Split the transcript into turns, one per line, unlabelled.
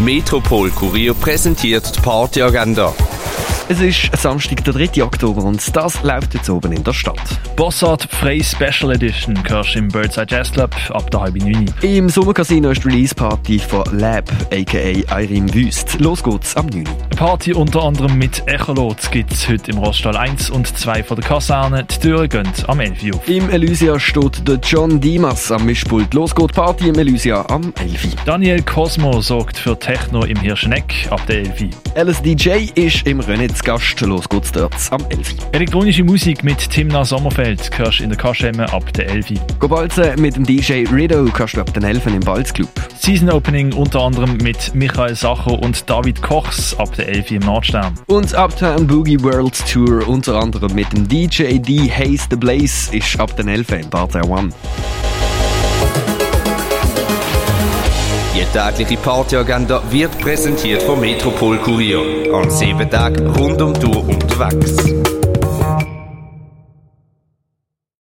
Metropol Kurier präsentiert die Partyagenda.
Es ist Samstag, der 3. Oktober und das läuft jetzt oben in der Stadt.
Bossart Frey Special Edition hörst du im Birdside Jazz Club ab der halben neun.
Im Sommercasino ist die Release-Party von Lab, a.k.a. Irene Wüst. Los geht's am 9.
Eine Party unter anderem mit Echolot gibt's heute im Roststall 1 und 2 von der Kaserne. Die Türen gehen am 11 Uhr auf.
Im Elysia steht der John Dimas am Mischpult. Los geht die Party im Elysia am 11.
Daniel Cosmo sorgt für Techno im Hirscheneck ab der 11 Uhr.
LSDJ ist im René zu Gast. Los geht's dort am 11.
Elektronische Musik mit Timna Sommerfeld hörst du in der Kaschemme ab der 11 Uhr.
Gobalzen mit dem DJ Rido kannst du ab den 11. im Balzclub.
Season Opening unter anderem mit Michael Sacher und David Kochs ab der 11 Uhr im Nordstern.
Und Uptown Boogie World Tour unter anderem mit dem DJ D. Haze The Blaze ist ab den 11. im Parterre One.
Die tägliche Partyagenda wird präsentiert vom Metropol Kurier. An sieben Tagen rund um die Uhr unterwegs.